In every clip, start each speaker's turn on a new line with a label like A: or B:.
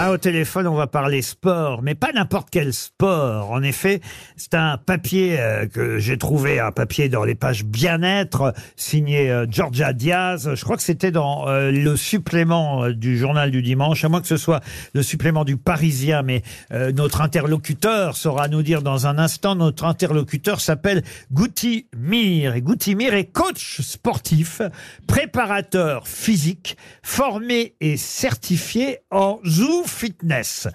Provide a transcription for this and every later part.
A: Ah, au téléphone, on va parler sport, mais pas n'importe quel sport. En effet, c'est un papier euh, que j'ai trouvé, un papier dans les pages bien-être, signé euh, Georgia Diaz. Je crois que c'était dans euh, le supplément euh, du journal du dimanche, à moins que ce soit le supplément du Parisien, mais euh, notre interlocuteur saura nous dire dans un instant. Notre interlocuteur s'appelle Gouti Mir. Et Gouti Mir est coach sportif, préparateur physique, formé et certifié en Zoo Fitness.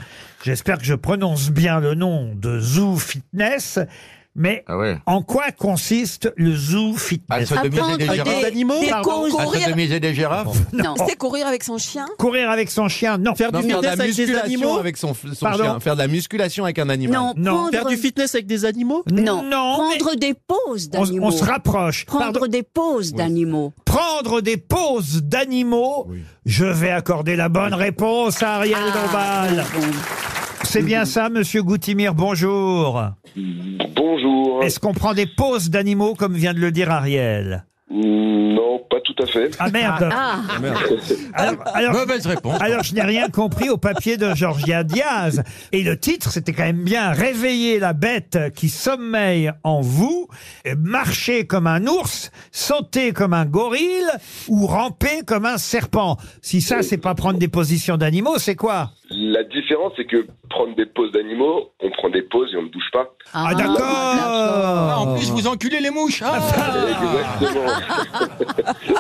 A: J'espère que je prononce bien le nom de Zoo Fitness. Mais
B: Ah ouais.
A: en quoi consiste le zoo
B: À
A: fitness
C: Ah,
B: se demiser des
D: Attendre
B: girafes.
D: animaux,
C: des
D: pardon.
C: cons-
B: À
C: courir.
B: se demiser des girafes.
C: Non, c'est courir avec son chien.
A: Courir avec son chien Non.
D: Faire
E: Non,
D: du
E: faire de
D: fitness
E: la
D: avec des
E: musculation
D: animaux
E: avec son, son
A: Pardon
E: chien. Faire de la musculation avec un animal.
C: Non,
A: Non.
C: prendre,
D: Faire du fitness avec des animaux
C: non.
A: Non, mais-
C: prendre des pauses
A: On,
C: d'animaux.
A: on se rapproche.
C: Prendre
A: Pardon.
C: des pauses d'animaux.
A: Prendre des pauses d'animaux. Je vais accorder la bonne réponse à Ariel
C: Ah,
A: Dombal.
C: bon.
A: C'est bien ça, monsieur Goutimir. Bonjour.
F: Bonjour.
A: Est-ce qu'on prend des pauses d'animaux comme vient de le dire Ariel
F: Non, pas tout à fait.
A: Ah merde.
C: Ah,
A: Alors, alors-
B: Mauvaise réponse.
A: alors, je n'ai rien compris au papier de Georgia Diaz. Et le titre, c'était quand même bien Réveiller la bête qui sommeille en vous, marcher comme un ours, sauter comme un gorille ou ramper comme un serpent. Si ça, c'est pas prendre des positions d'animaux, c'est quoi
F: La différence, c'est que prendre des pauses d'animaux, on prend des pauses et on ne bouge pas.
A: Ah,
C: Ah,
A: d'accord.
B: Ah,
E: Oh.
B: En plus, vous enculez les mouches. Ah
F: Exactement.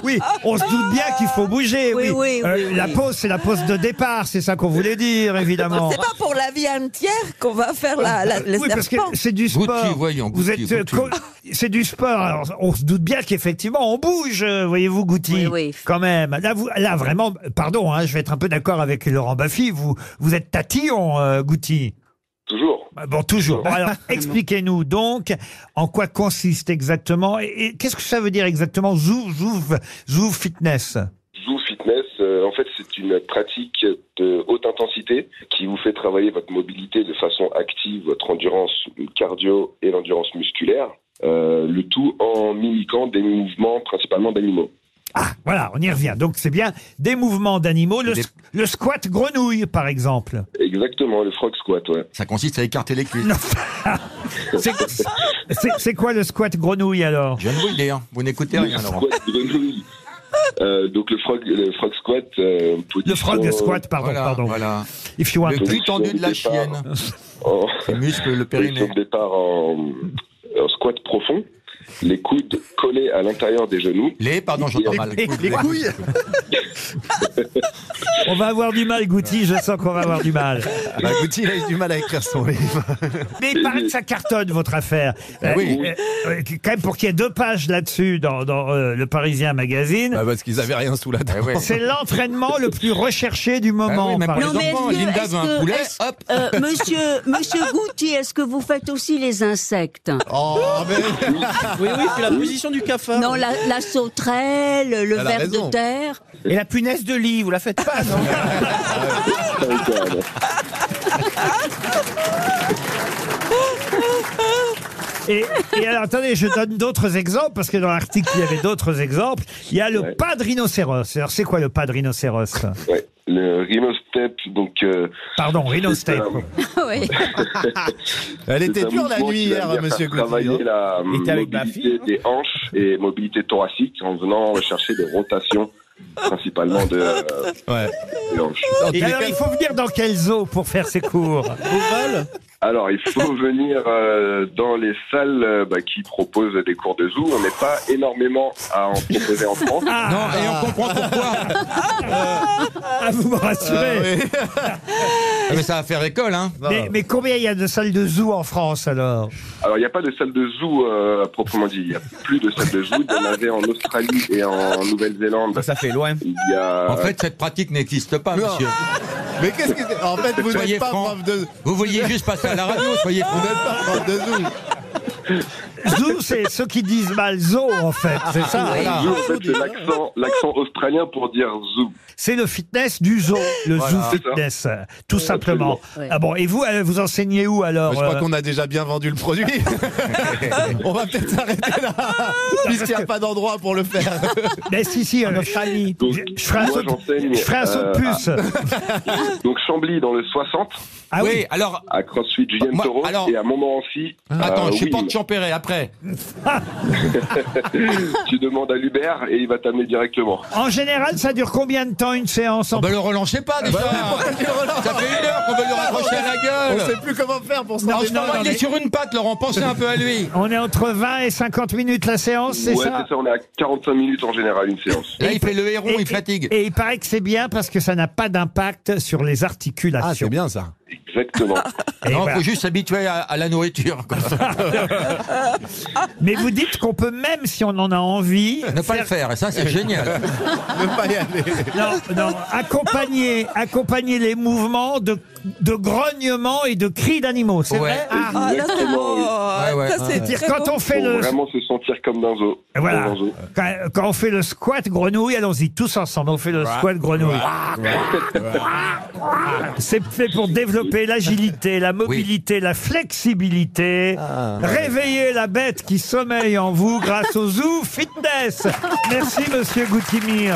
A: Oui, on se doute bien qu'il faut bouger.
C: Oui,
A: Oui, Euh,
C: oui, oui, oui.
A: La pause, c'est la pause de départ, c'est ça qu'on voulait dire, évidemment.
G: C'est pas pour la vie entière qu'on va faire la, la, le
A: oui, parce que
G: serpent.
A: c'est du sport.
B: Gauthier, voyons,
A: Vous
B: Gauthier,
A: êtes, euh,
B: Gauthier.
A: co- c'est du sport. Alors, on se doute bien qu'effectivement, on bouge, euh, voyez-vous, Gouti.
C: Oui, oui.
A: Quand même. Là, vous, là, vraiment, pardon, hein, je vais être un peu d'accord avec Laurent Baffy. Vous, vous êtes tatillon, euh, Gouti.
F: Toujours.
A: Bah, Bon, toujours. Bon, alors, expliquez-nous donc en quoi consiste exactement et, et qu'est-ce que ça veut dire exactement Zou, Zou, Zou Fitness.
F: Zoo Fitness, euh, en fait, c'est une pratique de haute intensité qui vous fait travailler votre mobilité de façon active, votre endurance cardio et l'endurance musculaire. euh, le tout en mimiquant des mouvements principalement d'animaux.
A: Ah, voilà, on y revient. Donc, c'est bien des mouvements d'animaux. Le,
B: Des-
A: s- le squat grenouille, par exemple.
F: Exactement, le frog squat, ouais.
B: Ça consiste à écarter les cuisses.
A: C'est- C'est c'est quoi le squat grenouille alors
B: Je viens de vous le dire. Vous n'écoutez rien,
F: Le
B: Laurent.
F: squat grenouille. Euh, donc le frog, le frog squat. euh,
A: Le
F: position-
A: frog squat, pardon,
B: voilà,
A: pardon.
B: voilà.
A: If you want
B: Le
A: to.
B: cul tendu de la chienne.
F: en-
B: Les muscles, le
F: Position
B: périnée.
F: de départ en, en squat profond, les coudes collés à l'intérieur des genoux.
B: Les, pardon, j'entends
F: Les-
B: mal.
A: les- les couilles. On va avoir du mal, Gouti, je sens qu'on va avoir du mal.
E: Bah, Guti, il a eu du mal à écrire son livre.
A: Mais il paraît que ça cartonne, votre affaire.
B: Bah oui.
A: Euh, euh, quand même, pour qu'il y ait deux pages là-dessus dans, dans, euh, le Parisien Magazine,
E: Bah, parce qu'ils avaient rien sous la
B: Eh
E: tête.
B: ouais.
A: c'est l'entraînement le plus recherché du
B: Ah
A: moment.
B: oui, même
A: par
B: pour les
C: Non, mais
B: enfants,
C: est-ce que-
B: Linda
C: est-ce
B: veut un
C: que-
B: poulet,
C: est-ce-
B: hop,
C: euh, monsieur, monsieur Gouti, est-ce que vous faites aussi les insectes
E: Oh, mais...
D: Oui, oui, puis la position du cafard.
C: Non, la, la sauterelle, le
E: Elle a
C: ver de
E: raison.
C: terre.
H: Et la punaise de lit, vous la faites pas, non
A: Et, et alors, attendez, je donne d'autres exemples, parce que dans l'article, il y avait d'autres exemples. Il y a le
F: Ouais.
A: pas de rhinocéros. Alors, c'est quoi le pas de rhinocéros
F: Ouais. Le rhino step, donc euh,
A: Pardon, rhinostep.
C: oui.
E: Elle
F: c'est
E: était
F: un
E: dure la
F: mouvement
E: nuit
F: qui va
E: hier,
F: venir
E: monsieur
F: faire
E: Guti. hein.
F: Travailler la euh,
H: Il était avec
F: mobilité
H: ma fille, hein.
F: des hanches et mobilité thoracique en venant rechercher des rotations principalement de euh,
E: Ouais.
F: des hanches.
E: En tous
A: Et
E: les
A: alors,
E: cas,
A: il faut venir dans quel zoo pour faire ces cours
D: Au vol
F: Alors il faut venir euh, dans les salles euh, bah, qui proposent des cours de zoo. On n'est pas énormément à en proposer en France.
B: Non, et on comprend pourquoi.
A: Ah, vous me rassurez
E: euh, oui.
B: Ah, Mais ça va faire école, hein.
A: mais, mais combien il y a de salles de zoo en France, alors
F: Alors, il n'y a pas de salle de zoo euh, à proprement dit. Il n'y a plus de salle de zoo. Il y en avait en Australie et en Nouvelle-Zélande.
H: Ça fait loin.
F: Il y a.
B: En fait, cette pratique n'existe pas,
E: Non.
B: monsieur.
E: Mais qu'est-ce que c'est En fait, vous
B: Soyez
E: n'êtes pas
B: franc.
E: prof de...
B: Vous voyez juste passer à la radio, soyez
E: Vous
B: franc.
E: n'êtes pas prof de zoo.
A: Zou, c'est ceux qui disent mal zo, en fait. C'est ça.
F: Zou,
B: Ah.
F: en fait, c'est l'accent, l'accent australien pour dire zou.
A: C'est le fitness du zoo, le
F: Voilà.
A: zoo fitness, euh, tout simplement.
C: Ouais.
A: Ah bon, et vous, euh, vous enseignez où alors
E: Je crois
A: euh,
E: qu'on a déjà bien vendu le produit. On va peut-être s'arrêter là, puisqu'il n'y a pas d'endroit pour le faire.
A: Mais si, si, en Australie.
F: Donc,
A: Je, je ferai un
F: moi,
A: saut,
F: j'enseigne,
A: je ferai un saut de
F: euh,
A: puce.
F: Donc Chambly dans le 60,
A: Ah
B: oui.
A: oui,
B: alors,
F: à CrossFit Julien
B: Moi,
F: Toro
B: Bah, alors-
F: et à Montmorency.
B: attends,
F: euh,
B: je suis pas
F: Wim.
B: de Champéret après.
F: Tu demandes à l'Uber et il va t'amener directement.
A: en général, ça dure combien de temps une séance en
B: On va le relancez pas déjà. Ça fait une heure qu'on veut le raccrocher à la
E: On
B: gueule.
E: sait plus comment faire pour se
B: En
E: faire
B: ce moment, il est sur une patte, Laurent. Pensez un peu à lui.
A: On est entre 20 et 50 minutes la séance, c'est
F: ouais,
A: ça
F: c'est ça, on est à 45 minutes en général une séance.
B: Là, il fait le héron,
A: Et-
B: il fatigue.
A: Et il paraît que c'est bien parce que ça n'a pas d'impact sur les articulations.
E: bien ça.
F: Exactement.
A: Et
B: Ah, Non,
A: voilà.
B: faut juste s'habituer à, à la nourriture. quoi.
A: Mais vous dites qu'on peut même si on en a envie,
B: ne pas le faire, et ça c'est génial.
E: Ne pas y aller.
A: non, non, accompagner, accompagner les mouvements de, de grognements et de cris d'animaux. C'est
B: Ouais.
A: vrai. Ah,
G: Ah, là, c'est beau.
B: Ouais, ouais,
G: Ça, c'est
A: c'est-à-dire
G: très
A: quand
G: beau.
A: on fait
F: Faut
A: le
F: vraiment se sentir comme dans un zoo.
A: voilà,
F: Dans un zoo.
A: quand, quand on fait le squat grenouille, allons-y tous ensemble, on fait le squat grenouille. C'est fait pour développer l'agilité, la mobilité, la flexibilité.
G: Ah.
A: Réveiller la bête qui sommeille en vous grâce au Zoo Fitness. Merci, monsieur Goutimir.